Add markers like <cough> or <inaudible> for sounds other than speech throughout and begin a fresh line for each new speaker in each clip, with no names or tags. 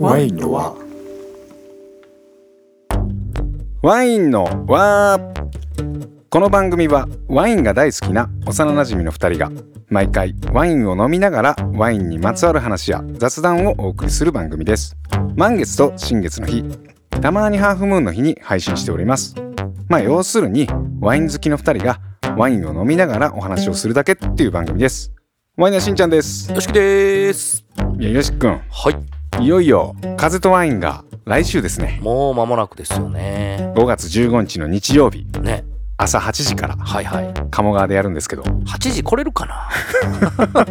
ワインのは
ワインのわこの番組はワインが大好きな幼なじみの2人が毎回ワインを飲みながらワインにまつわる話や雑談をお送りする番組です満月と新月の日たまにハーフムーンの日に配信しておりますまあ要するにワイン好きの2人がワインを飲みながらお話をするだけっていう番組ですワインのしんちゃんです
よしきです
いやよしくん
はい
いよいよ風とワインが来週ですね
もう間もなくですよね
5月15日の日曜日
ね
朝8時から
はいはい
鴨川でやるんですけど
8時来れるかな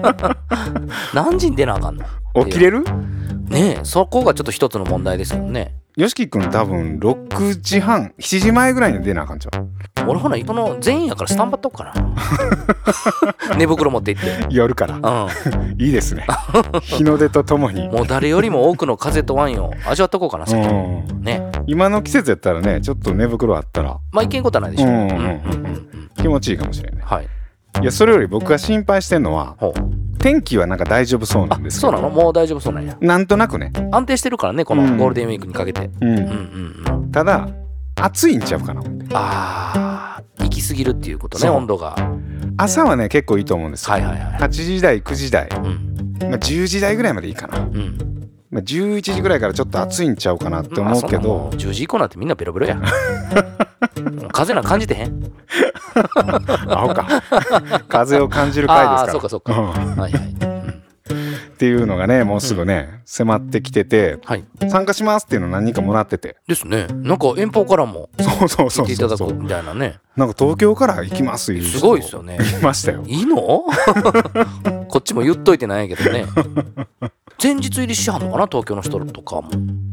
<laughs> 何時に出なあかんの
起きれる
ねえそこがちょっと一つの問題ですよね
よしきくん多分6時半7時前ぐらいに出なあかんちゃ
俺ほなその前夜からスタンバっとくか <laughs> な寝袋持って行って
う夜から
う
いいで
<laughs>
すね日の出とともに
んもう誰よりも多くの風とワインを味わっとこうかな
う
先に
ん
ね
今の季節やったらねちょっと寝袋あったら
まあいけんことはないでしょう
う
うんん
う
うんん
うん
うんうん
気持ちいいかもしれない
はい
いやそれより僕が心配してるのは
ほう
天気はなんか大丈夫そうな
あ
んですけ
そう
ど
なのもう大丈夫そうなんや
なんとなくね、
安定してるからねこ
うん
のゴールデンウィークにかけてう
う
ん
ん、
うん
ただ暑いんちゃうかな思って
うんあー行き過ぎるっていうことね
そう
温度が
朝はね結構いいと思うんですよ、
はいはいはい
8時台9時台、
うん
まあ、10時台ぐらいまでいいかな、
うん
まあ、11時ぐらいからちょっと暑いんちゃうかなって
まあ
思うけ
そんなも
ど
ん、10時以降なんてみんなベロベロ
<laughs>
や風なんか感じてへん
あ、ほか風を感じる回です
あ
か
あー
ら
そうかそうか
うん
はいはいうん
っていうのがねもうすぐね、迫ってきてて
はい
参加しますっていうの何人かもらってて
ですねなんか遠方からも
そうそう
来
そう
ていた
そ
だ
うそ
く
う
みたいなね
なんか東京から行きますいう人
すごいですよね
いましたよ
いいの <laughs> こっちも言っといてないけどね前日入りしはんのかな東京の人とかも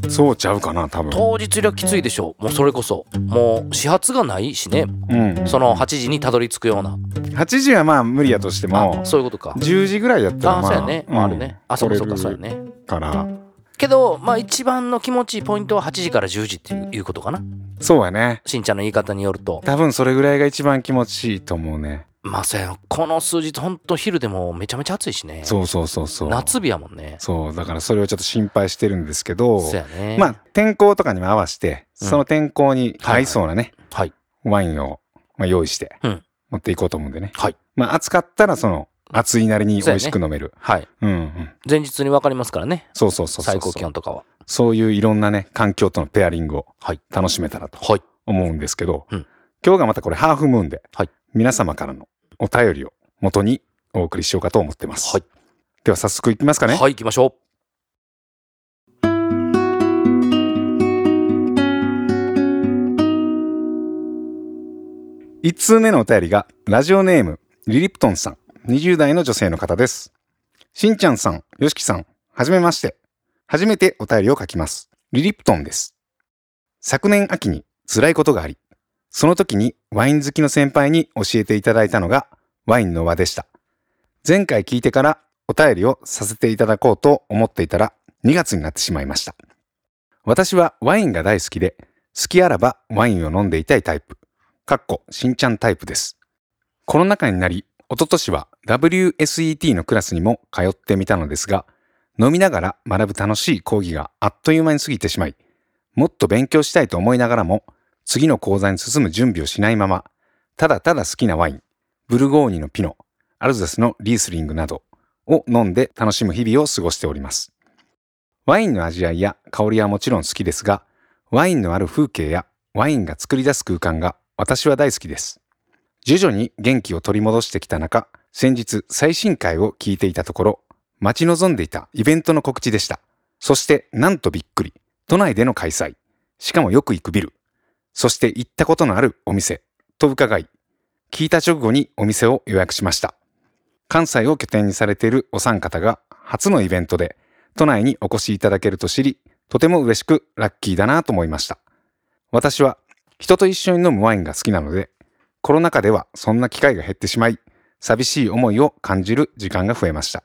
そうちゃうかな多分
当日入りはきついでしょうもうそれこそもう始発がないしね
うん
その8時にたどり着くような
8時はまあ無理やとしても
あそういうことか
10時ぐらいだった
あ
ら
あ
ま
そう
あ
やね、まあ、あるねあそうかそうかそうや
ね
ね
から
けどまあ一番の気持ちいいポイントは8時から10時っていうことかな
そうやね
しんちゃんの言い方によると
多分それぐらいが一番気持ちいいと思うね
まあそうやこの数日ほんと昼でもめちゃめちゃ暑いしね
そうそうそうそう
夏日やもんね
そうだからそれをちょっと心配してるんですけど
そうやね
まあ天候とかにも合わせて
うん
その天候に合いそうなね、
はい
ワインを、まあ、用意して
うん
持っていこうと思うんでね、
はい
まあ暑かったらその暑いなりに美味しく飲める
はい
うんうん
前日に分かりますからね
そうそうそうそう
最高気温とかは
そういういろんなね環境とのペアリングを
はい
楽しめたらと
はい
思うんですけど、
うん
今日がまたこれハーフムーンで、
はい
皆様からのお便りを元にお送りしようかと思ってます、
はい
では早速いきますかね、
はい行きましょ
一通目のお便りが、ラジオネーム、リリプトンさん、20代の女性の方です。しんちゃんさん、よしきさん、はじめまして。初めてお便りを書きます。リリプトンです。昨年秋に辛いことがあり、その時にワイン好きの先輩に教えていただいたのが、ワインの輪でした。前回聞いてからお便りをさせていただこうと思っていたら、2月になってしまいました。私はワインが大好きで、好きあらばワインを飲んでいたいタイプ。かっこ、しんちゃんタイプです。コロナ禍になり、一昨年は WSET のクラスにも通ってみたのですが、飲みながら学ぶ楽しい講義があっという間に過ぎてしまい、もっと勉強したいと思いながらも、次の講座に進む準備をしないまま、ただただ好きなワイン、ブルゴーニュのピノ、アルザスのリースリングなどを飲んで楽しむ日々を過ごしております。ワインの味わいや香りはもちろん好きですが、ワインのある風景やワインが作り出す空間が私は大好きです。徐々に元気を取り戻してきた中、先日最新回を聞いていたところ、待ち望んでいたイベントの告知でした。そしてなんとびっくり、都内での開催。しかもよく行くビル。そして行ったことのあるお店。と伺い、聞いた直後にお店を予約しました。関西を拠点にされているお三方が初のイベントで都内にお越しいただけると知り、とても嬉しくラッキーだなと思いました。私は人と一緒に飲むワインが好きなので、コロナ禍ではそんな機会が減ってしまい、寂しい思いを感じる時間が増えました。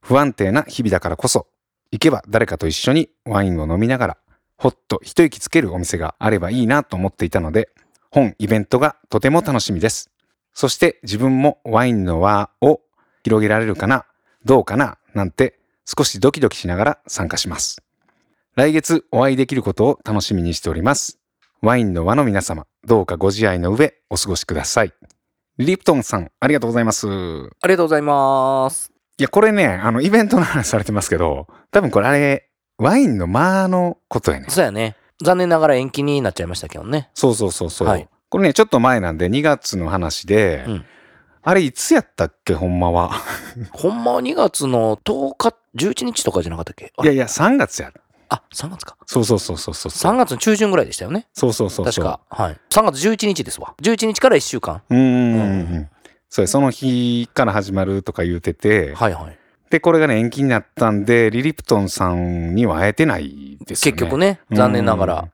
不安定な日々だからこそ、行けば誰かと一緒にワインを飲みながら、ほっと一息つけるお店があればいいなと思っていたので、本イベントがとても楽しみです。そして自分もワインの輪を広げられるかな、どうかな、なんて少しドキドキしながら参加します。来月お会いできることを楽しみにしております。ワインの輪の皆様、どうかご自愛の上お過ごしください。リプトンさん、ありがとうございます。
ありがとうございます。
いや、これね、あの、イベントの話されてますけど、多分これあれ、ワインの間のことやね。
そうやね。残念ながら延期になっちゃいましたけどね。
そうそうそうそう。
はい
これね、ちょっと前なんで、2月の話で、
うん
あれ、いつやったっけ、ほんまは。
ほんまは2月の10日、11日とかじゃなかったっけあ
いやいや、3月や。
あ、3月か。
そうそうそうそうそう。
3月の中旬ぐらいでしたよね。
そうそうそうそ
確
う。
か。はい。3月11日ですわ。11日から1週間。
うーんうん
う
うん。そうやその日から始まるとか言うてて、
はいはい。
で、これがね、延期になったんで、リリプトンさんには会えてないですよ
結
ね。
局ね、残念ながら。
うん。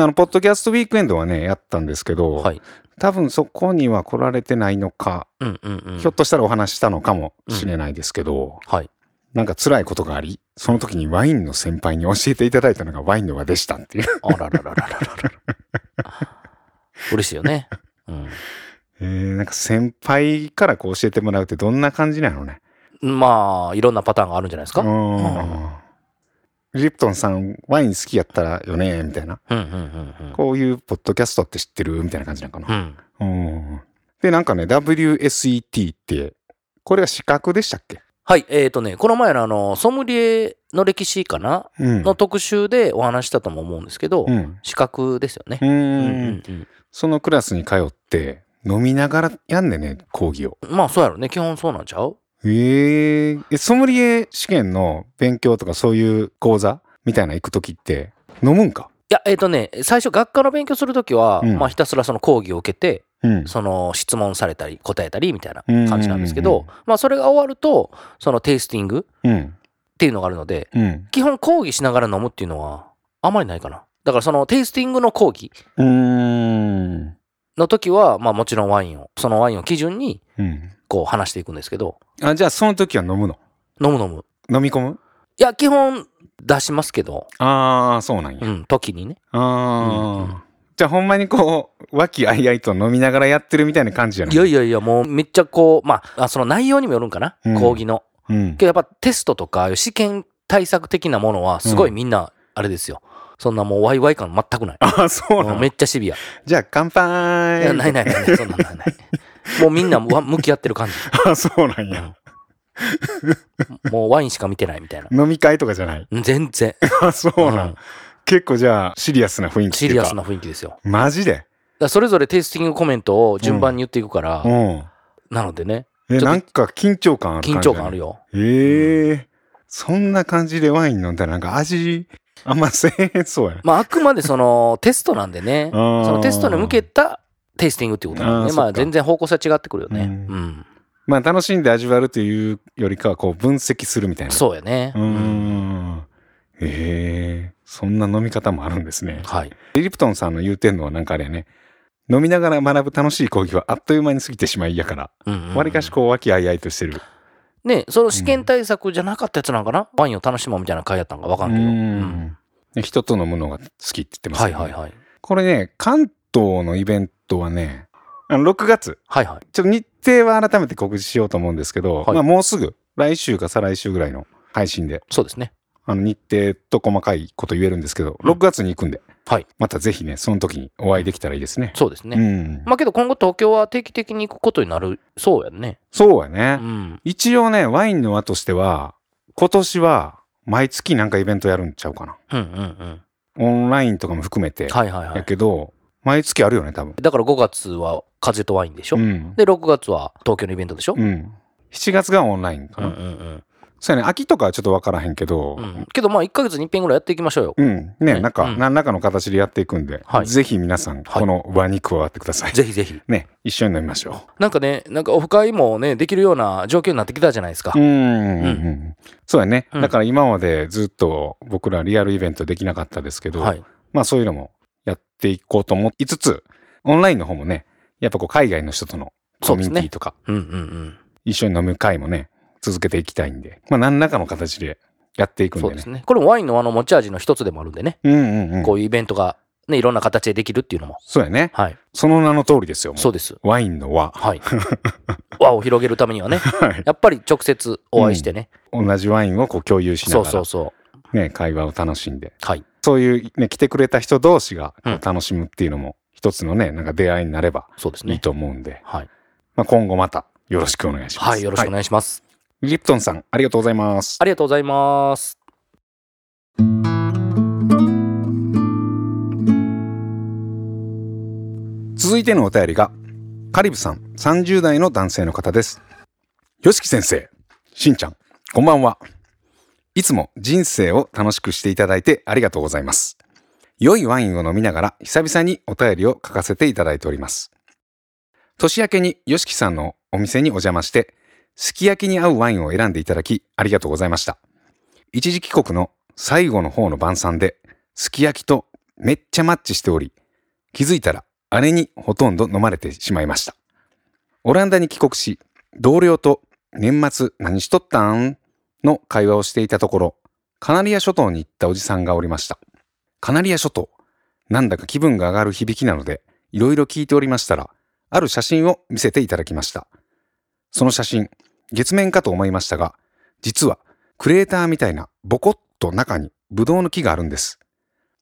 あの、ポッドキャストウィークエンドはね、やったんですけど、
はい。
多分そこには来られてないのか、
うんうんうん。
ひょっとしたらお話ししたのかもしれないですけど、
はい。
なんか辛いことがあり、その時にワインの先輩に教えていただいたのがワインの輪でし
<laughs>
たっていう。
あららららららら。 <laughs> 嬉しいよね。う
えー、なんか先輩からこう教えてもらうってどんな感じなのね。
ん。まあ、いろんなパターンがあるんじゃないです
う
か。うん
ん。リプトンさん、ワイン好きやったらよね、みたいな。
うんうんうん。
こういうポッドキャストって知ってるみたいな感じなのかな
う。ん。
うん。で、なんかね、WSET って、これは資格でしたっけ
はい。えっ、とね、この前のあの、ソムリエの歴史かな
うん。
の特集でお話ししたとも思うんですけど、
うん。
資格ですよね
う。
うん
ん。
うん
そのクラスに通って、飲みながらやんねんね、講義を。
うんまあ、そうやろね。基本そうなんちゃう
えええ、ソムリエ試験の勉強とかそういう講座みたいな行くときって、飲むんか
いや、えっ、とね、最初学科の勉強するときは、
うん
まあひたすらその講義を受けて、
うん。
その質問されたり答えたりみたいな
うん
感じなんですけ
うん
ど、まあそれが終わると、そのテイスティングっ
うん。
ていうのがあるので、
うん。
基本講義しながら飲むっていうのはあまりないかな。だからそのテイスティングの講義
うーん。
の時は、まあもちろんワインを、そのワインを基準に
うん。
こう話していくんですけど、
あ、じゃあその時は飲むの
飲む飲む。
飲み込む
いや、基本出しますけど、
ああ、そうなんや。
うん、時にね。
あ
うんう
あ。じゃあほんまにこう、和気あいあいと飲みながらやってるみたいな感じじゃない
いやいやいや、もうめっちゃこう、まあ、あその内容にもよるんかな、
うん
講義の。
うん
けどやっぱテストとか試験対策的なものはすごいみんなあれですよ、そんなもうワイワイ感全くない
ああ、そうな
もうめ
の
っちゃシビアい
じゃあ乾杯
やないないないないそんなんないない
<laughs>
もうみんなわ向き合ってる感じ、
ああ、そうなんや。
うんもうワインしか見てないみたいな
飲み会とかじゃない。
全然
あそうなん、
うん
結構じゃあシリアスな雰囲気って
シ
いう
リ
か
アスな雰囲気ですよだか
マジで
らそれぞれテイスティングコメントを順番に言っていくから、
うん
なのでね
え
と
なんか緊張感ある
緊
感じ
張
だね
感あるよ
ええそんな感じでワイン飲んだらなんか味あんませえへんそうやね
まああくまでそのテストなんでね
<laughs> あー
そのテストに向けたテイスティングっていうことなんで
あー
ねま
そっ
あ
か
全然方向性違ってくるよね
う
うん、
まあ楽しんで味わるというよりかはこう分析するみたいな
そうやね
うーんええそんな飲み方もあるんですね
はい
リリプトンさんの言うてんのはなんかあれやね飲みながら学ぶ楽しい講義はあっという間に過ぎてしまいやから
うんうんうん
わりかしこう和気あいあいとしてる
ねその試験対策じゃなかったやつなんかな、ワインを楽しもうみたいな会やったんかわかんないけど、うん
うん人と飲むのが好きって言ってます
は
よ
い
ね
はいはい
これね、関東のイベントはね、あの6月、
はいはい
ちょっと日程は改めて告知しようと思うんですけど、
はい
まあもうすぐ、来週か再来週ぐらいの配信で、
そうですね
あの日程と細かいこと言えるんですけど、
うん
6月に行くんで、
はい
またぜひね、その時にお会いできたらいいですね。
そうですね、
うん。
まあけど今後東京は定期的に行くことになるそうやんね
そうや
う
ね。
ん
一応ね、ワインの輪としては、今年は毎月なんかイベントやるんちゃうかな。
うんうんうん
オンラインとかも含めて、
はいはいは
や
い
けど、毎月あるよね、多分。
だから5月は風とワインでしょ、
うん。
で6月は東京のイベントでしょ、
うん。7月がオンラインか
うん、
な。
うんうん
そうやね、秋とかはちょっと分からへんけど、
う
うんん、
けどまあ1ヶ月に一遍ぐらいやっていきましょうよ、
ね、
ね
なんか、
うん
何らかの形でやっていくんで、
はい
ぜひ皆さん、
はい
この輪に加わってください。
ぜひぜひ
ね、一緒に飲みましょ
なんかねなんかオフ会もねできるような状況になってきたじゃないですか、
う。うん、
うん
うん。そうやね、
うん
だから今までずっと僕らリアルイベントできなかったですけど、
はい
まあそういうのもやっていこうと思いつつ、オンラインの方もね、やっぱこう海外の人とのコミュニティとか、
うんうんうん
一緒に飲む会もね、続けていきたいんで、まあ何らかの形でやっていくん
そう
でね。
ですねこれもワインのあの持ち味の一つでもあるんでね
うんうんうん。
こういうイベントが、ね、いろんな形でできるっていうのも。
そうやね。
はい。
その名の通りですよ。もう
そうです。
ワインの輪。 <laughs>
はい。輪を広げるためにはね、
はい
やっぱり直接お会いしてね。
同じワインをこう共有しな
そう
が
そ
ら
うそ
ね、会話を楽しんで。
はい。
そういうね、来てくれた人同士がこう
うん
楽しむっていうのも、一つのね、なんか出会いになれば
そうです
いい
ね。
と思うんで、
はい。
まあ、今後またよろしくお願いします。
はい。よろしくお
は
願いします。
いリプトンさん、ありがとうございます。
ありがとうございます。
続いてのお便りが、カリブさん、30代の男性の方です。よしき先生、しんちゃん、こんばんは。いつも人生を楽しくしていただいてありがとうございます。良いワインを飲みながら久々にお便りを書かせていただいております。年明けによしきさんのお店にお邪魔して、すき焼きに合うワインを選んでいただきありがとうございました。一時帰国の最後の方の晩餐で、すき焼きとめっちゃマッチしており、気づいたらあれにほとんど飲まれてしまいました。オランダに帰国し、同僚と年末何しとったんの会話をしていたところ、カナリア諸島に行ったおじさんがおりました。カナリア諸島、なんだか気分が上がる響きなので、いろいろ聞いておりましたら、ある写真を見せていただきました。その写真、月面かと思いましたが、実はクレーターみたいなボコッと中にブドウの木があるんです。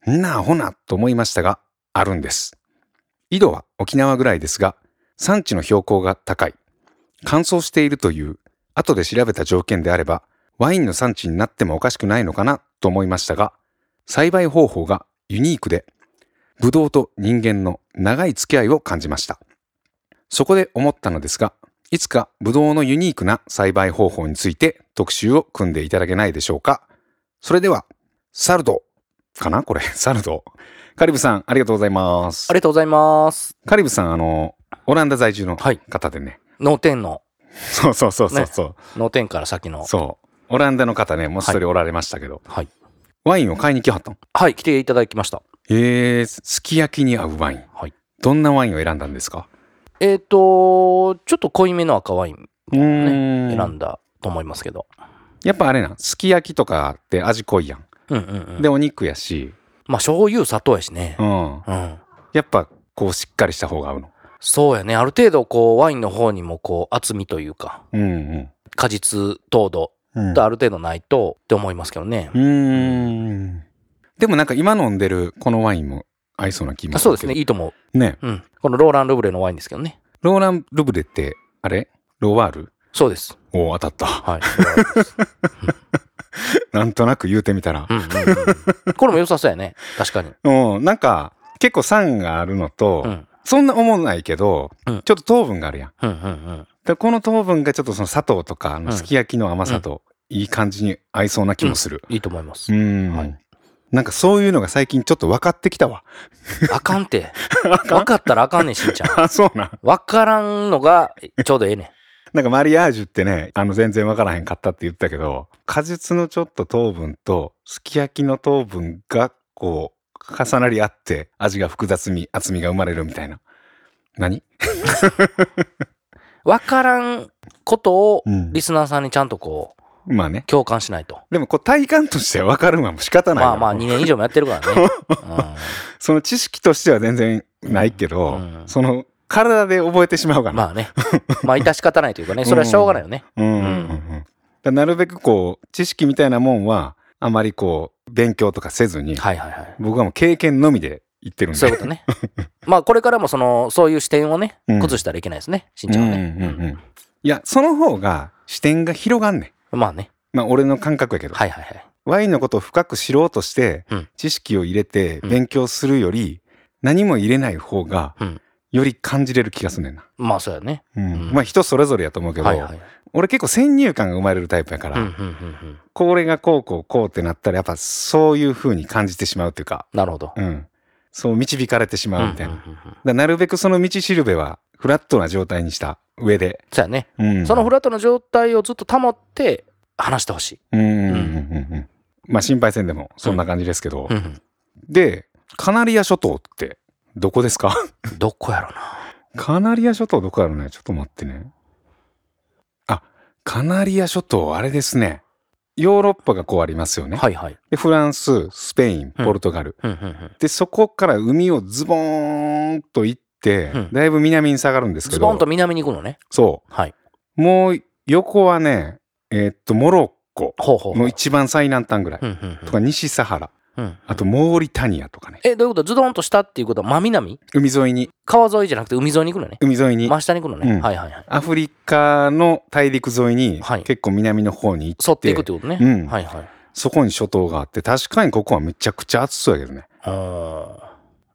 んなあほなと思いましたが、あるんです。緯度は沖縄ぐらいですが、産地の標高が高い、乾燥しているという、後で調べた条件であれば、ワインの産地になってもおかしくないのかなと思いましたが、栽培方法がユニークで、ブドウと人間の長い付き合いを感じました。そこで思ったのですが、いつかブドウのユニークな栽培方法について特集を組んでいただけないでしょうか。それでは、サルドーかなこれ、サルドーカリブさん、ありがとうございます
あ。りがとうございます。
カリブさん、あの、オランダ在住の
はい
方でね。
脳天の、
そうそうそうそうそう。
脳天から先の。
そう。オランダの方ね、もう一人おられましたけど、
はい。
ワインを買いに来はったの。
はい。来ていただきました。
えー、すき焼きに合うワイン。
はい
どんなワインを選んだんですか
えっ、と、ちょっと濃いめの赤ワイン
うー
選
ん。
んだと思いますけど。
やっぱあれなん、すき焼きとかって味濃いやん。
うんうんうん。
で、お肉やし、
まあ、醤油、砂糖やしね
う。
う
ん。
ん。
やっぱ、こう、しっかりした方が合うの。
そうやね。ある程度、こう、ワインの方にも、こう、厚みというか、
うん
果実糖度
うん。
とある程度ないとって思いますけどね
う。ーん。でもなんか今飲んでるこのワインも合いそうな気も
あ
す
そう
る
で
け
す
ど。
ね。いいと思
すね。ね。
う。うん。このローラン・ルブレのワインですけどね。
ローラン・ルブレって、あれロワール
そうです。
おお、当たった。 <laughs>
はい。
なんとなく言うてみたら
う。んうんうんこれも良さそうやね。確かに。
うん、なんか、結構酸があるのと、
うん。
そんな思わないけど、
うん
ちょっと糖分があるやん。
うんうんうん。
で、この糖分がちょっとその砂糖とか、あの
うん
すき焼きの甘さと、いい感じに合いそうな気もする。
いいと思います
う。ん。
はい
なんかそういうのが最近ちょっと分かってきたわ。
あかん
<laughs>
て。わかったらあかんねん、しんちゃん。
あ、そうなん。
わからんのがちょうどええねん。
なんかマリアージュってね、あの全然分からへんかったって言ったけど、果実のちょっと糖分と、すき焼きの糖分が、こう、重なり合って、味が複雑に厚みが生まれるみたいな。何
わからんことを
うん
リスナーさんにちゃんとこう、
まあね。
共感しないと。
でもこう体感としては分かるのはもう仕方ない
まあ
よ
まあ、2年以上もやってるから
<laughs>
ね。
その知識としては全然ないけど、
うん
その体で覚えてしまうか
うん
ら、
まあね。まあ、致し方ないというかね、それはしょうがないよね。
うんうんうんうんだからなるべくこう知識みたいなもんはあまりこう勉強とかせずに、
はいはいはい。
僕はもう経験のみで言ってるんで
そういうこと
<laughs>
ね。まあ、これからもその、そういう視点をね
うん、
崩したらいけないですね、しんちゃんは
うんうんうん
ね。
いやその方が視点が広がんね
うんまあね。
んまあ俺の感覚やけど、
はいはいはい。
ワインのことを深く知ろうとして、
うん
知識を入れて
うん
勉強するより、何も入れない方が、
うん
より感じれる気がすんねんな、
まあ、そうやね。
うん
うん
まあ人それぞれやと思うけど、
はいはい。
俺結構先入観が生まれるタイプやか
う
ら、
んうんうんうん
これがこうこうこうってなったらやっぱそういう風に感じてしまうっていうか、
なるほど。
うん、そう導かれてしまうみたいな、だか
うんうんうんうん
らなるべくその道しるべはフラットな状態にした上で、
そうやね。
うん、
そのフラットな状態をずっと保って話してほしい。
うんうんうんうんうんまあ心配せんでもそんな感じですけど、でカナリア諸島ってどこですか
どこやろな。
カナリア諸島どこやろねちょっと待ってねあカナリア諸島あれですねヨーロッパがこうありますよね、
はいはい。
でフランススペインポルトガル、
うんうんうん
でそこから海をズボーンと行って、
うん
だいぶ南に下がるんですけど
ズボンと南に行くのね。
そ
はい。
うもう横はねえーっとモロッコ
ほうほうほ
の
う。
一番最南端ぐらい
うんうん
とか西サハラ
うんうん
あとモーリタニアとかね
え、どういうことズドンとしたっていうことは真南
海沿いに
川沿いじゃなくて海沿いに行くのね。
海沿いに
真下に行くのね。
うん
はいはいはい。
アフリカの大陸沿いに
はい
結構南の方に行って,、
沿っていくってことね。
うん
はいはい。
そこに諸島があって確かにここはめちゃくちゃ暑そうやけどね
あ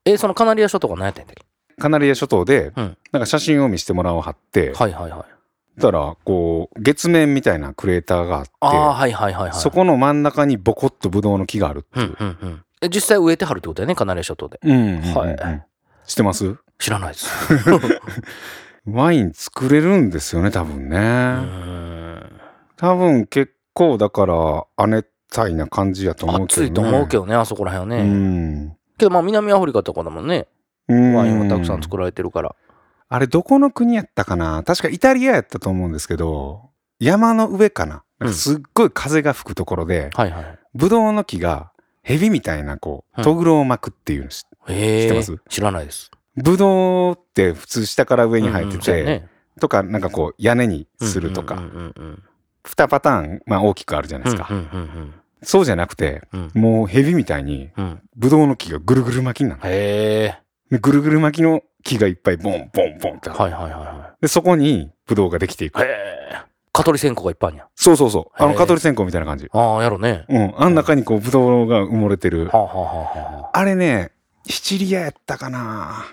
ーえ、そのカナリア諸島が何やったんやったっ
カナリア諸島で
うん
なんか写真を見せてもらおうはっ
け
て、
はいはいはい。
たらこう月面みたいなクレーターがあって
ああ、はいはいはいはい。
そ。この真ん中にボコッとブドウの木があるって
う
い
ん
う。
うんうん。え、実際植えてはるってことだよね、カナリア諸島で。
うんうんうんうん
はい
知ってます
知らないです。
ワイン作れるんですよね、多
<laughs>
分
う
ね。
ーん。
多分結構だから、亜熱帯な感じやと思うけど
暑
ね。
いと思うけどね、あそこら辺は
う
ね。
ん。
けどまあ南アフリカとかだもんね。
うん
ワインはたくさん作られてるから。
あれ、どこの国やったかな確かイタリアやったと思うんですけど、山の上かななんかすっごい風が吹くところで、
はいはい。
ブドウの木が蛇みたいな、こ
う
う、
ん
トグロを巻くっていうの知
へえ。
知ってます
知らないです。
ブドウって普通下から上に生えて
うんうんそうや
て、
ね
とか、なんかこう、屋根にするとか、
うんうんうんうん
2パターン、まあ大きくあるじゃないですか。
うんうんうん
そうじゃなくて、
うんうん
もう蛇みたいに、
うん
ブドウの木がぐるぐる巻きになる。
へえ。
で、ぐるぐる巻きの木がいっぱいボンボンボンってある。
はいはいはいは
で、そこにブドウができていく。
い。へえ。蚊取り線香がいっぱいあるんや。
そうそうそう。あの、
へえ
蚊取り線香みたいな感じ。
ああ、やろね。
うん。あん中にこう、ブドウが埋もれてる
は。あはあはあはあ。
あれね、シチリアやったかな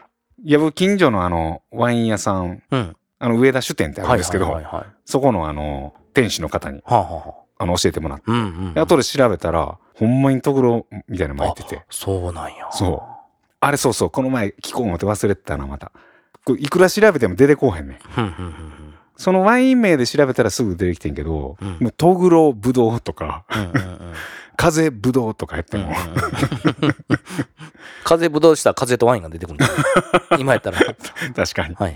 いや、僕、近所のあの、ワイン屋さん、
うん。
あの、上田酒店ってあるんですけ
は
ど
い、はいはいはい。は
そこのあの、店主の方に、
あはあはあ。
あの、教えてもらって。
うんうんうん。
で後で調べたら、ほんまにトグロみたいなの巻いてて。
そうなんや。
そう。あれそうそう、この前聞こう思って忘れてたな、また。これいくら調べても出てこうへんねん。
ふんふんふんふん。
そのワイン名で調べたらすぐ出てきてんけど、
うん
もうトグロブドウとか、
うんうんうん
風ブドウとかやって
うんうん
も、
うん風ぶどうしたら風とワインが出てくる
<laughs>
んだ今やったら。
確かに。
はい。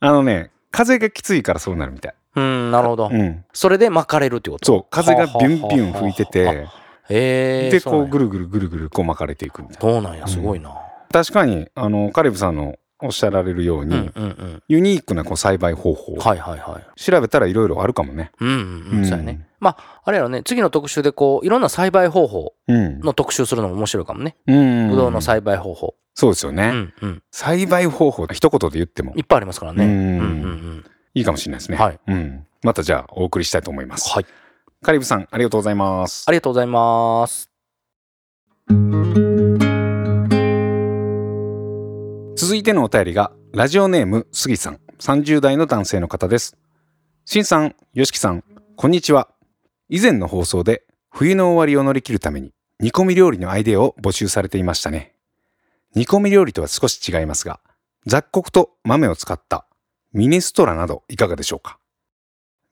あのね、風がきついからそうなるみたい。
うん、なるほど。
うん。
それで巻かれるってこと
そう、風がビュンビュン吹いて
はあ
て、
へえ。
で、
そう
こ
な
うん
や
ぐるぐるぐるぐるこう巻かれていくみたいな。
そうなんや、すごいな。
確かに、あの、カリブさんのおっしゃられるよう
うんう
に、
んうん。
ユニークなこう栽培方法、
はいはいはい。
調べたらいろいろあるかもね。
うんうんう
う
んん、そうやね。まあ、あれやろね、次の特集でこう、いろんな栽培方法
うん。
の特集するのも面白いかもね。
うん
ぶどうの栽培方法。
そうですよね。
うんうん。
栽培方法一言で言っても
いっぱいありますからね。
う
うんんうんうん。
いいかもしれないですね。
はい。
うん。またじゃあお送りしたいと思います。
はい。
カリブさん、ありがとうございます。
ありがとうございます。
続いてのお便りが、ラジオネーム、杉さん、30代の男性の方です。しんさん、よしきさん、こんにちは。以前の放送で、冬の終わりを乗り切るために、煮込み料理のアイデアを募集されていましたね。煮込み料理とは少し違いますが、雑穀と豆を使ったミネストラなどいかがでしょうか。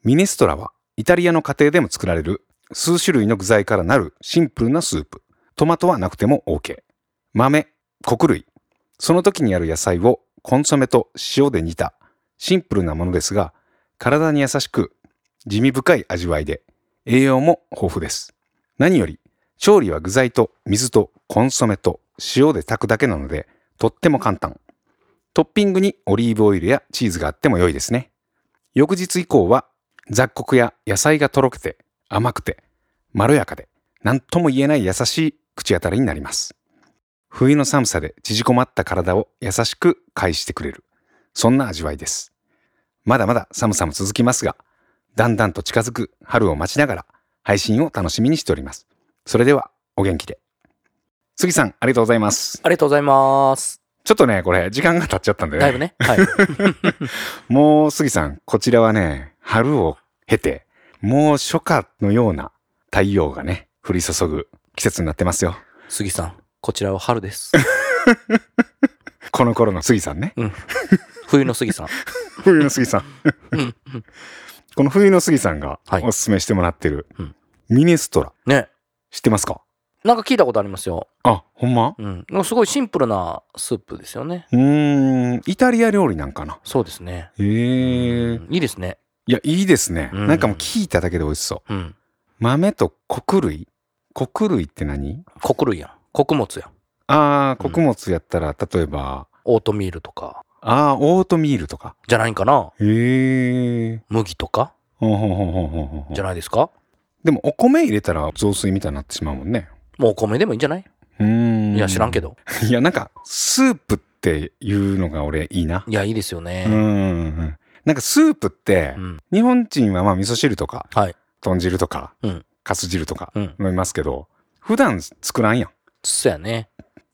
ミネストラは、イタリアの家庭でも作られる数種類の具材からなるシンプルなスープ。トマトはなくても OK。豆、穀類、その時にある野菜をコンソメと塩で煮たシンプルなものですが、体に優しく地味深い味わいで栄養も豊富です。何より調理は具材と水とコンソメと塩で炊くだけなのでとっても簡単。トッピングにオリーブオイルやチーズがあっても良いですね。翌日以降は雑穀や野菜がとろけて甘くてまろやかで何とも言えない優しい口当たりになります。冬の寒さで縮こまった体を優しく返してくれるそんな味わいですまだまだ寒さも続きますがだんだんと近づく春を待ちながら配信を楽しみにしておりますそれではお元気で杉さんありがとうございます
ありがとうございます。
ちょっとねこれ時間が経っちゃったんで
だいぶ
ね
<laughs> ね。はい。
もう杉さんこちらはね春を経てもう初夏のような太陽がね降り注ぐ季節になってますよ
杉さん、こちらは春です。
この頃の杉さ
<laughs>
んね
冬の杉さん。 <laughs>
冬の杉さん
うんうん
この冬の杉さんが
はい
おすすめしてもらってる、
うん
ミネストラ
ね。
知ってますか
なんか聞いたことありますよ。
あほんま
うん。なんかすごいシンプルなスープですよね。
うーんイタリア料理なんかな
そうですね。
へえ
うんいいですね。
いやいいですね、
うん
なんかもう聞いただけで美味しそう
うん。
豆と穀類穀類って何
穀類やん。穀物やん。
あー
うん
穀物やったら、例えば
オートミールとか、
あーオートミールとか
じゃないんかな
へえ
麦とか
ほんほんほんほんほんほん
じゃないですか
でもお米入れたら雑炊みたいになってしまうもんね。
もうお米でもいいんじゃないう
ーん。
いや知らんけ
ど。
ど
いや、なんか、スープっていうのが俺いいな。
いやいいですよ
う
ね
ん。なんかスープって
う、ん
日本人はまあ味噌汁とか、
はい
豚汁とか、
うん
かす汁とか
うん
飲みますけど、普段作らんやん。
そうやね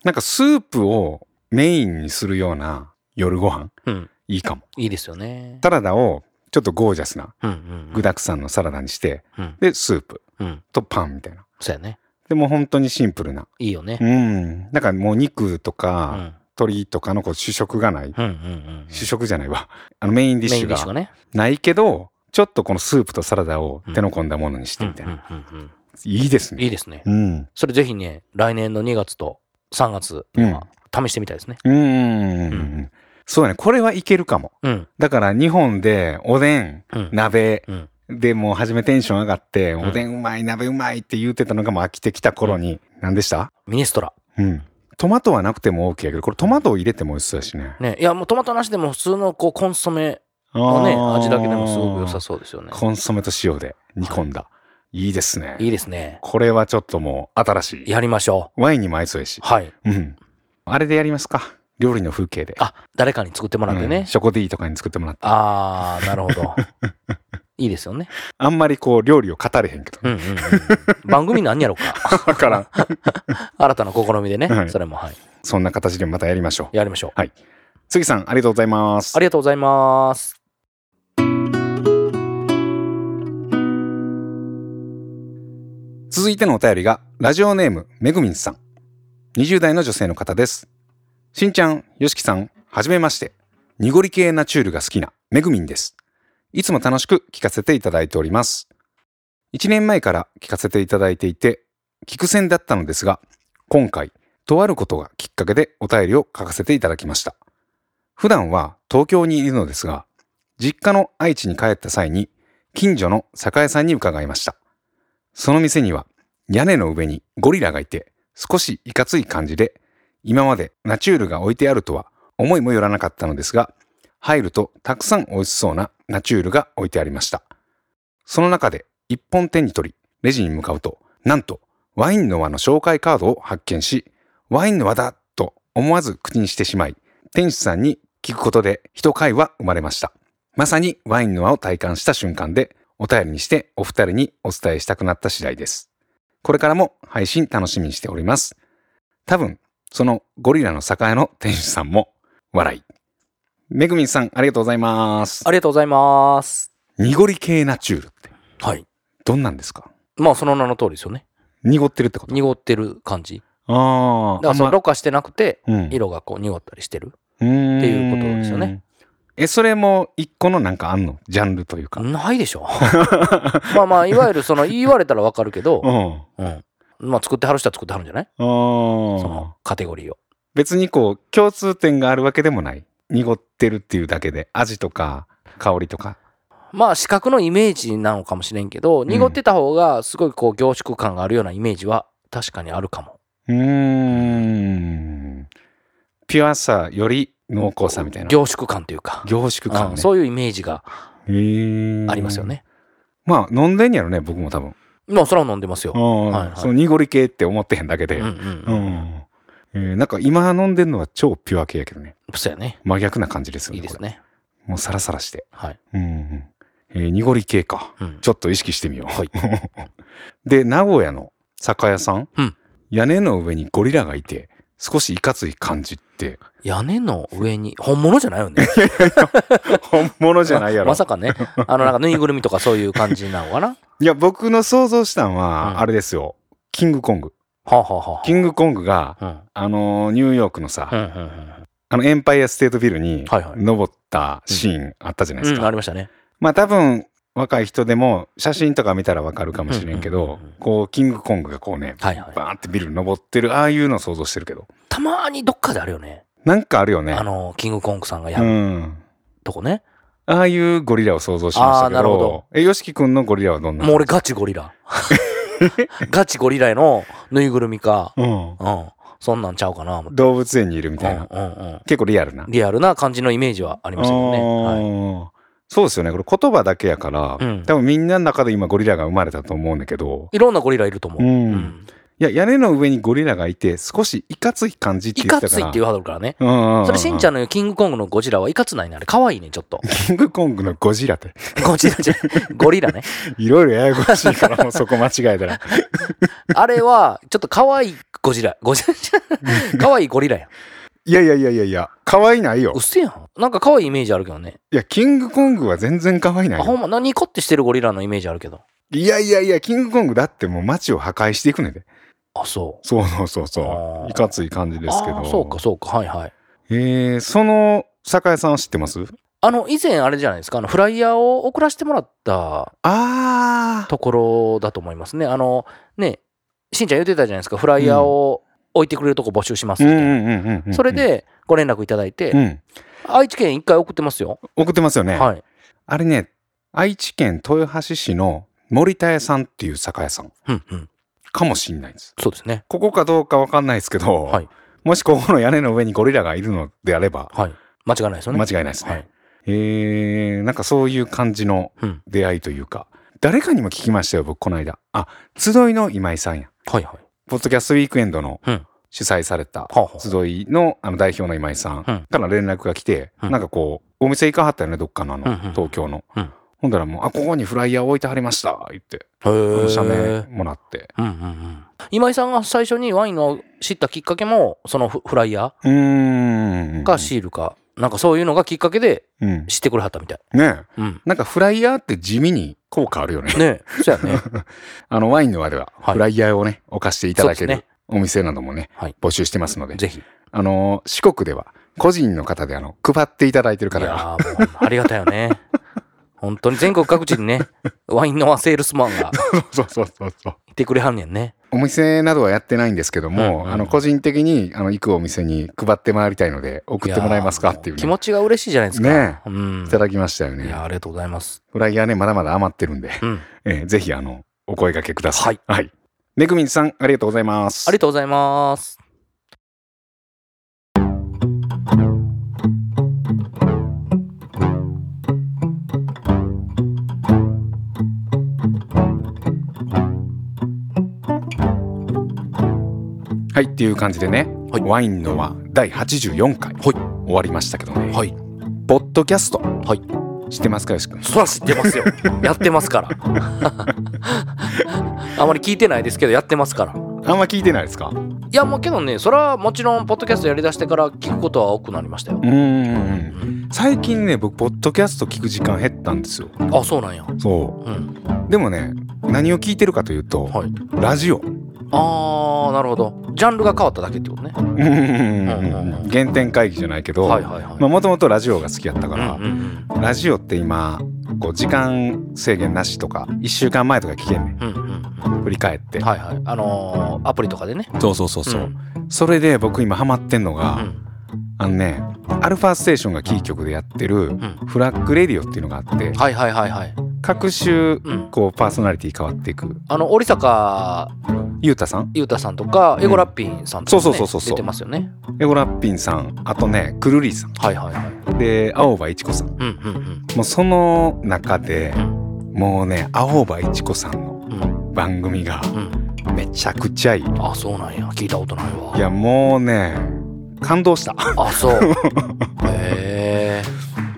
なんかスープをメインにするような夜ご飯
うん
いいかも。
いいですよね
サラダをちょっとゴージャスな
うんうんう
具
ん
沢山のサラダにして、
うん
で、スープ
うん
とパンみたいな。
そうやね
でもう本当にシンプルな。
いいよね
うん。なんかもう肉と
う
か、
ん
鶏とかのこう主食がない。
うんうんうん
主食じゃないわ。あのメインディッ
メイ
シ
ン
ュ
ディッシュ
が
がね
ないけど、ちょっとこのスープとサラダを手の込んだものにしてみたいな。
うんうんうん
いいです
うん
ね。
いいですね
うん。
それぜひね来年の2月と3月には試してみたいですね
うんうんうん。そうだね。これはいけるかも。
うん
だから日本でおでん、
うん
鍋
うん
でもう初めテンション上がって、
ん
おでんうまい、鍋うまいって言ってたのがもう飽きてきた頃に、何でした
ミネストラ
うん。トマトはなくても OK やけど、これトマトを入れても美味しそうだしね。
ねいやもうトマトなしでも普通のこうコンソメ
あ
のね
ー
味だけでもすごく良さそうですよね
コンソメと塩で煮込んだ。いいですね。
いいですね
これはちょっともう新しい。
やりましょ
ワインにも合いそうやし
う。はい
うん。あれでやりますか。料理の風景で。
あ誰かに作ってもらってね、
うんショコディとかに作ってもらって。
ああなるほどいいですよね
あんまりこう料理を語れへんけど。
うんうん、うん、番組なんやろうか
<laughs> わからん。
新たな試みでね、
はい
それもはい
そんな形でまたやりましょう。
やりましょう
杉さん、ありがとうございます
あ。りがとうございます
続いてのお便りが、ラジオネーム、めぐみんさん。20代の女性の方です。しんちゃん、よしきさん、はじめまして。濁り系ナチュールが好きな、めぐみんです。いつも楽しく聞かせていただいております。1年前から聞かせていただいていて、聞く線だったのですが、今回、とあることがきっかけでお便りを書かせていただきました。普段は東京にいるのですが、実家の愛知に帰った際に、近所の酒屋さんに伺いました。その店には、屋根の上にゴリラがいて少しいかつい感じで今までナチュールが置いてあるとは思いもよらなかったのですが入るとたくさん美味しそうなナチュールが置いてありましたその中で一本手に取りレジに向かうとなんとワインの輪の紹介カードを発見しワインの輪だと思わず口にしてしまい店主さんに聞くことで一会話生まれましたまさにワインの輪を体感した瞬間でお便りにしてお二人にお伝えしたくなった次第ですこれからも配信楽しみにしております。多分、そのゴリラの酒屋の店主さんも笑い。めぐみんさん、ありがとうございます
あ。りがとうございます
濁り系ナチュールって、
はい
どんなんですか
まあその名の通りですよね
濁ってるってこと
濁ってる感じ
あ
だからそのろ過してなくて
うん、
色がこう濁ったりしてる
って
いうことですよね。
え、それも一個のなんかあんのジャンルというか。
ないでし
<laughs>
ょまあまあいわゆるその言われたらわかるけど
う、ん。
うん、まあ作ってはる人は作ってはるんじゃないそ
ああ
の。カテゴリーを
別にこう、共通点があるわけでもない。濁ってるっていうだけで、味とか香りとか。
まあ視覚のイメージなのかもしれんけど濁ってた方がすごいこう凝縮感があるようなイメージは確かにあるかも
うーん。ピュアさより濃厚さみたいな。
凝縮感というか、
凝縮
う
感
ん
ね。
そういうイメージが
へー
ありますよ。ね
まあ飲んでんやろね、僕も多分。
まあそれは飲んでますよ、
うん
はいはい
その濁り系って思ってへんだけで。
うんう
う
んんうん
えーなんか今飲んでんのは超ピュア系やけどね。
そうやね
真逆な感じですよね。
いいです
こ
ね
れもうサラサラして。
はい、
うんうんえー濁り系か。
うん
ちょっと意識してみよう。
はい
<laughs> で、名古屋の酒屋さん。
うん
屋根の上にゴリラがいて、少しいかつい感じって、
屋根の上に本物じゃないよね
本物 <laughs> じゃないやろ
ま。さかねあのなんかぬいぐるみとかそういう感じなのか
<laughs>
なはい
や、僕の想像したんは、
うん
あれですよ。キングコング。
あ、はあは
キングコングが、
あは
あのーニューヨークのさ、
あ、うんうんうんうん
あの、エンパイアステートビルに、
はいはい
登ったシーンあったじゃないです
うん、
か。
ありましたね。
まあ、多分、若い人でも、写真とか見たらわかるかもしれんけど、
うんうんうんうん
こう、キングコングがこうね、
はいはい。
バーンってビル登ってる、ああいうのを想像してるけど。
たまにどっかであるよね。
なんかあるよね。
あの、キングコングさんがや
う
る
ん。
とこね。
ああいうゴリラを想像しまし
あ
た
ー
け
なるほ
ど
ど、
え、よしきくんのゴリラはどんな
もう俺ガチゴリ
<laughs>
ラ。ガチゴリラへのぬいぐるみか。
う
う
ん。
ん。そんなんちゃうかな、思って
動物園にいるみたいな。
うんうんうん。
結構リアルな。
リアルな感じのイメージはありましたけどね。はい。
あーそうですよね。これ言葉だけやから、
うん
多分みんなの中で今ゴリラが生まれたと思うんだけど、
いろんなゴリラいると思う。
うん
うん
いや、屋根の上にゴリラがいて、少しいかつい感じって
い
言っ
か
てた
つ
から。
いっていうハードルからね。
うんうんうんうん
それ、しんちゃんの言うキングコングのゴジラはいかつないね。あれ、可愛いね、ちょっと。
キングコングのゴジラって、
ゴジラじゃ、 <laughs> ゴリラね。
いろいろややこしいから、もうそこ間違えたら。
あれは、ちょっと可愛いゴジラ。ゴジ
<laughs>
ラじゃ、可 <laughs> 愛いゴリラやん。
いやいやいやいやいや、可愛いないよ
うっ。せやん。なんか可愛いイメージあるけどね。
いや、キングコングは全然可愛いな
あ、
い
ほん
よ。
ま、何ニコってしてるゴリラのイメージあるけど。
いやいやいや、キングコングだってもう街を破壊していくねんで。
あ、そ
そうそうそうそ
あ
う。
ー
いかつい感じ
う。
ですけど。
あーそうか、。そうか。はいはい。
えー、その、酒屋さんは知ってます
あの、以前あれじゃないですか、あの、フライヤーを送らせてもらった
あ
ところだと思いますね。あの、ね、しんちゃん言ってたじゃないですか、フライヤーを置いてくれるとこ募集します
ー。う
み
ん
たいな
うんうんうんうん。
それ、でご連絡いただいて、
うん。
愛知県一回送ってますよ。
送ってますよね。
はい。
あれね、愛知県豊橋市の森田屋さんっていう酒屋さん
うんうん。
かもしんないんです。
そうですね。
ここかどうかわかんないですけど、
はい
もしここの屋根の上にゴリラがいるのであれば、
はい。間違いないですよね。
間違いないですね。
はい
えー、なんかそういう感じの
うん
出会いというか、誰かにも聞きましたよ、僕この間。あ、集いの今井さんや。
はいはい。
ポッドキャストウィークエンドの
うん
主催された
はあはあ
集いのあの代表の今井さん
うん
から連絡が来て、
うん
なんかこう、お店行かはったよね、どっかのあの、
うんうん
東京の。
うん
ほんだらもう、あ、ここにフライヤー置いてはりました、言って、
へー
社名もらって。
うんうんうん。今井さんが最初にワインを知ったきっかけも、そのフフライヤ
うーん。
ーかシールか、なんかそういうのがきっかけで
うん。
知ってくれはったみたい。
ねえ
うん。
なんかフライヤーって地味に効果あるよね。
ねえ、そうやね。
あの、ワインの輪では、
はい
フライヤーをね、置か <laughs> していただけ
そう
る
で
お店などもね、
はい
募集してますので、
ぜひ。い
あのー、四国では、個人の方で、あの、配っていただいてる方が、
やーもうありがたいよね。本当に全国各地にね、ワインのセールスマンが
<laughs> そうそうそうそう。
いてくれはんねんね。
お店などはやってないんですけど
う
も、
んうん
あの個人的にあの行くお店に配って回りたいので送ってもらえますかってい
やーも
う
気
ね
持ちが嬉しいじゃないですか。
ね
うん
い。ただきましたよ
いや
ね
ーありがとうございます。
フライヤーねまだまだ余ってるんで、
うん。
えーぜひあのお声掛けください
は
はいめぐみんさんありがとうございます
ありがとうございます。
はいっていう感じでね、
はい
ワインの輪第84回、
い
終わりましたけどね、
はい。
ポッドキャスト、
はい
知ってますかよしくん
そら知ってます <laughs> よ。やってます <laughs> から。あまり聞いてないですけど、やってますから。
あんま聞いてないですかう
いや、もうけどね、それはもちろん、ポッドキャストやりだしてから聞くことは多くなりましたよ。
ーん
うん
最近ね僕ポッドキャスト聞く時間減ったんですよ
あ、そうなんや。
そ
うん。
うでもね何を聞いてるかというと、
はい。
ラジオ
あー、なるほど。ジャンルが変わっただけってことね。
うんうんうん
うんうん
う
うんん
原点回帰じゃないけど
はいはいはい。
まあもともとラジオが好きやったから、
うんうん
ラジオって今こう時間制限なしとか1週間前とか聞けんね
うん。うんうん
ん振り返って、
はいはい。あのー、アプリとかでね。
そうそうそうそう、
ん
それで僕今ハマってんの
う
が、
ん
あのねアルファステーションがキー局でやってる
うん
フラッグレディオっていうのがあって
はいはいはいはい。
各週
うん。
こうパーソナリティ変わっていく
あの、織坂
ゆうたさん
ゆうたさんとか、エゴラッピーさんとか、ね
そうそうそうそう
出てますよね。
エゴラッピンさんあとねくるりさん
はいはいはい。
で青葉いちこさん
うんうん
もうその中で
うん
もうね青葉いちこさんの
うんうん
番組が
うん。
めちゃくちゃいい
あ、そうなんや。聞いたことないわ。
いやもうね感動した
あ、
<laughs>
そう。へえ。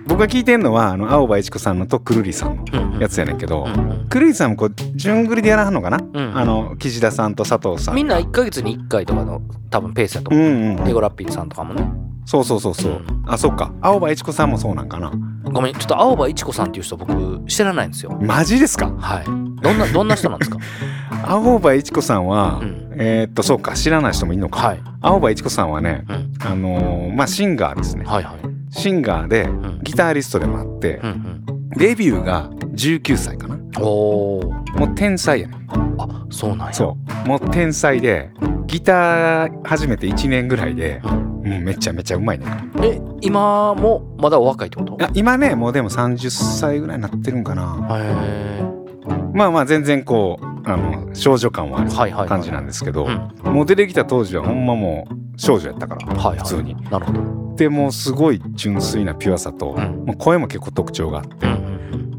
僕が聞いてんのはあの青葉いちこさんのとくるりさんの
うんうん
やつやねんけど、
うんうん
くるりさんもこう順繰りでやらはんのかな、
うん
あの岸田さんと佐藤さん
みんな1ヶ月に1回とかの多分ペースだと
う
思う。
んう
エ
ん
ゴラッピーさんとかもね。
そうそうそうそう、
うん
あそっか青葉いちこさんもそうなんかな
ごめん、ちょっと青葉いちこさんっていう人僕知らないんですよ。
マジですか
はい。どんな、どんな人なんです
<laughs>
か
青葉いちこさんは、
うん
えーっとそうか知らない人もいるのか、
はい。
青葉いちこさんはね
うん。
あのーまあシンガーですね
はいはい。
シンガーで
ん
ギタリストでもあって
うんうん。
デビューが19歳かな
おー。
もう天才やね
あ、そうなんや。
そうもう天才でギター始めて1年ぐらいでもうめちゃめちゃうまいね
え、今もまだお若いってこと
あ今ねもうでも30歳ぐらいになってるんかな
へえ。
まあまあ全然こうあの少女感はある
はいはいはい
感じなんですけど、
うん
もう出てきた当時はほんまもう少女やったから
はいはい。
普通に
なるほど。
てもすごい純粋なピュアさと、
うん
まあ声も結構特徴があって、
うん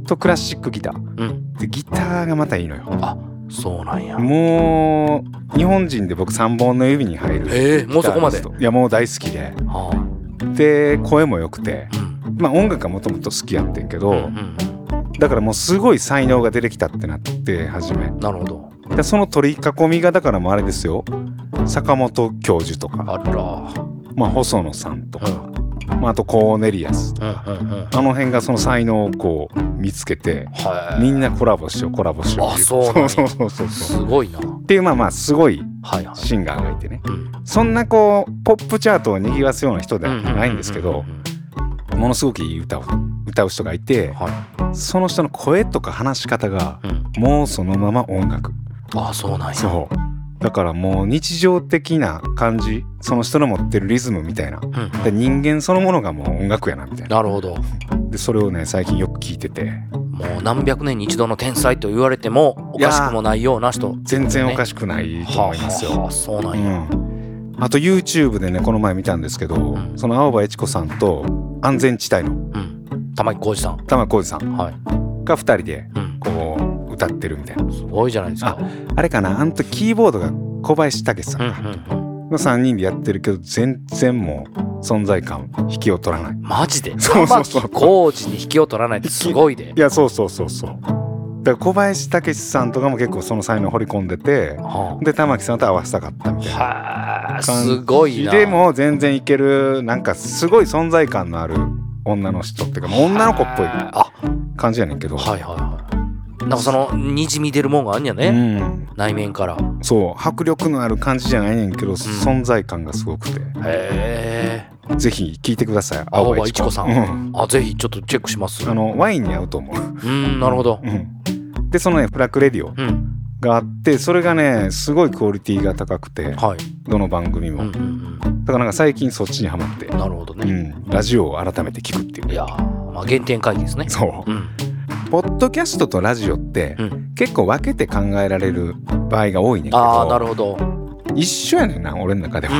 とクラシックギター
うんうん
でギターがまたいいのよ
うんそうなんや
もう日本人で僕3本の指に入る
ええもうそこまで
ギタリストいやもう大好きで
は
で声も良くて
あうん
まあ音楽がもともと好きやってんけど、
うんうん
だからもうすごい才能が出てきたってなって初め
うんなるほど
でその取り囲みがだからもうあれですよ坂本教授とか、
あら
まあ、細野さんと
う
か、
ん
まあ、あとコーネリアス
うんうんうん
あの辺がその才能をこう見つけて
はい
みんなコラボしようコラボしようってい
あそうなんや
そうそうそうそ
す
う
ごいな
っていうまあまあすごい
はいはい
シンガーがいてね
うん
そんなこうポップチャートを賑わすような人ではないんですけ
う
ど
ううん
ものすごくいい歌を歌う人がいて
うんはい
その人の声とか話し方が
うん
もうそのまま音楽
あそうなんや
そうだからもう日常的な感じその人の持ってるリズムみたいな
うん
で人間そのものがもう音楽やなみたいな
なるほど
でそれをね最近よく聞いてて
もう何百年に一度の天才と言われてもおかしくもないような人
全然おかしくないと思いますよ、
はあはあそうなんや
うん、あと YouTube でねこの前見たんですけど、
ん
その青葉悦子さんと安全地帯の
うん玉置浩二さん
玉置浩二さん
はい
が2人で
うん
こう歌ってるみたいな
すごいじゃないですか
あれかなあの時キーボードが小林武さ
うん
ん
う
か
んうん
の3人でやってるけど全然もう存在感引きを取らない
マジで
そう
玉
そうそう
置浩二に引きを取らないってすごいで
いやそうそうそうそうだから小林武さんとかも結構その才能掘り込んでて
は
で玉木さんと合わせたかったみたい
あ
な
はあ
感
すごいな
でも全然いけるなんかすごい存在感のある女の人っていうかもう女の子っぽい
はあ
感じやねんけど
はいはいはいなんかそのにじみ出るもんがあんや
う
ね
ん、
内面から
そう迫力のある感じじゃないねんけど、存在感がすごくて
へえ
ぜひ聞いてください
青葉一子さん
うん
あぜひちょっとチェックします
あ
う
のワインに合うと思う、
んなるほど
うん、でそのねフラックレディオ
うん
があってそれがねすごいクオリティが高くて
はい
どの番組
う
も、
んうんうん
だからなんか最近そっちにハマって、
なるほど
う
ね。
ん、ラジオを改めて聞くっていう
いやー、まあ、原点回帰ですね。
そう
うん。
ポッドキャストとラジオって、
うん
結構分けて考えられる場合が多いねんけ
ああ、なる
ど
ほど。
一緒やねんな俺の中で
うん
は、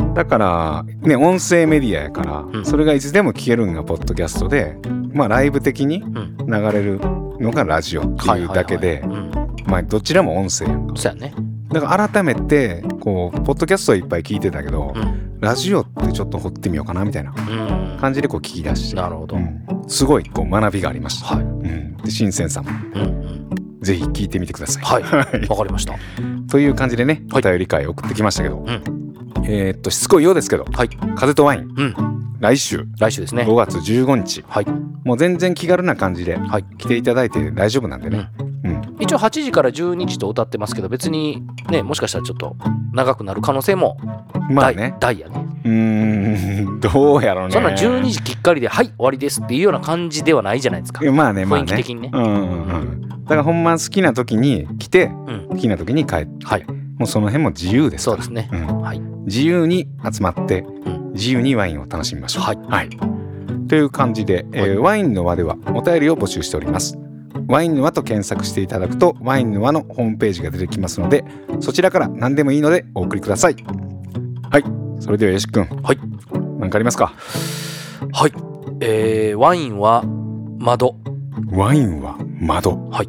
うんうん
だからね音声メディアやから、
ん
それがいつでも聞けるのがポッドキャストでまあライブ的に
うんうん。
流れるのがラジオって
はいいうはいはい
だけで、
うん。
まあどちらも音声やんか
そうやね。
だから改めてこうポッドキャストはいっぱい聞いてたけど、
うん。
ラジオってちょっと掘ってみようかなみたいな
うん。
感じでこう聞き出して
なるほど。
うんすごいこう学びがありました、
はい。
うん、で新鮮さも
うんうん。
ぜひ聞いてみてください。
はい
はい
わかりました。
という感じでね、
はい
お便り会送ってきましたけど、
ん
えーっとしつこいようですけど
はい。
「風とワイン
うん。」
来週
来週ですね
5。月15日、
はい。
もう全然気軽な感じで
はい。
来ていただいて大丈夫なんでね、うん
一応8時から12時と歌ってますけど、別にね、もしかしたらちょっと長くなる可能性も
まあ
大、
ね
大やね。
うーん <laughs> どうやろうね
そんな12時きっかりで、はい、終わりですっていうような感じではないじゃないですか。
まあねまあ
雰
ね
囲気的にね
うんうんうんだからほんま好きな時に来て
うん。
好きな時に帰って
はい。
もうその辺も自由です
そう
か
で
ら
すね。
うん
はい。
自由に集まって、
ん
自由にワインを楽しみましょう。
はい
という感じで、えーワインの輪ではお便りを募集しております。ワインの輪と検索していただくとワインの輪のホームページが出てきますのでそちらから何でもいいのでお送りください。はいそれではよし君
はい。
何かありますか
はい、えー、ワインは窓
ワインは窓
はい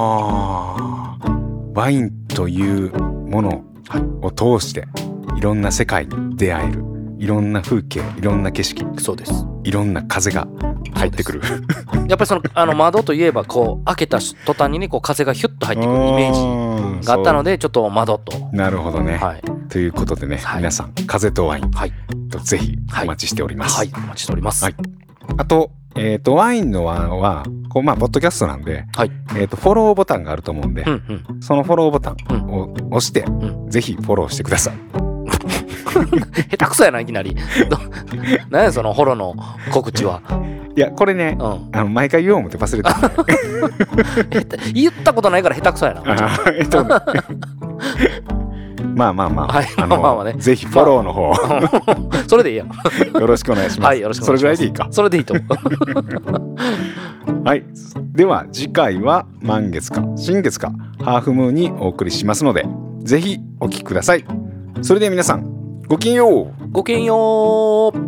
あーワインというものを通していろんな世界に出会えるいろんな風景いろんな景色
そうです
いろんな風が入ってくる
やっぱりそのあの窓といえばこう開けた途端にねこう風がヒュッと入ってくるイメー
ー
ジがあったのでちょっと窓と
そうなるほどね、
はい
ということでね、
はい
皆さん風とワイン
はい
とぜひ
はい
お待ちしております、
はいお待ちしておりますは
は
いい、
あと,、えー、とワインのワンはこうまあポッドキャストなんで、
はい
えー、とフォローボタンがあると思うんで、
うん <laughs>
そのフォローボタン
ん
を押して、
ん
ぜひフォローしてください
うん、下手くそやないきなりど <laughs> 何やそのホロの告知は、
いやこれね
うん、
あの毎回言おう思って忘れ
<laughs>
てた
下手言ったことないから下手くそやな
あーえ
<laughs>
っとまあまあまあ、
はい
あの
<laughs> まあまあね
ぜひフォローの方、
それでいいやん
よろしくお願いします。
はいよろしくお
そ
願
れ
いします
ぐらいでいいか。
それでいいと思う
はい。では次回は満月か新月かハーフムーンにお送りしますので、ぜひお聞きください。それでは皆さん、ごきげんよう
ごきげんよう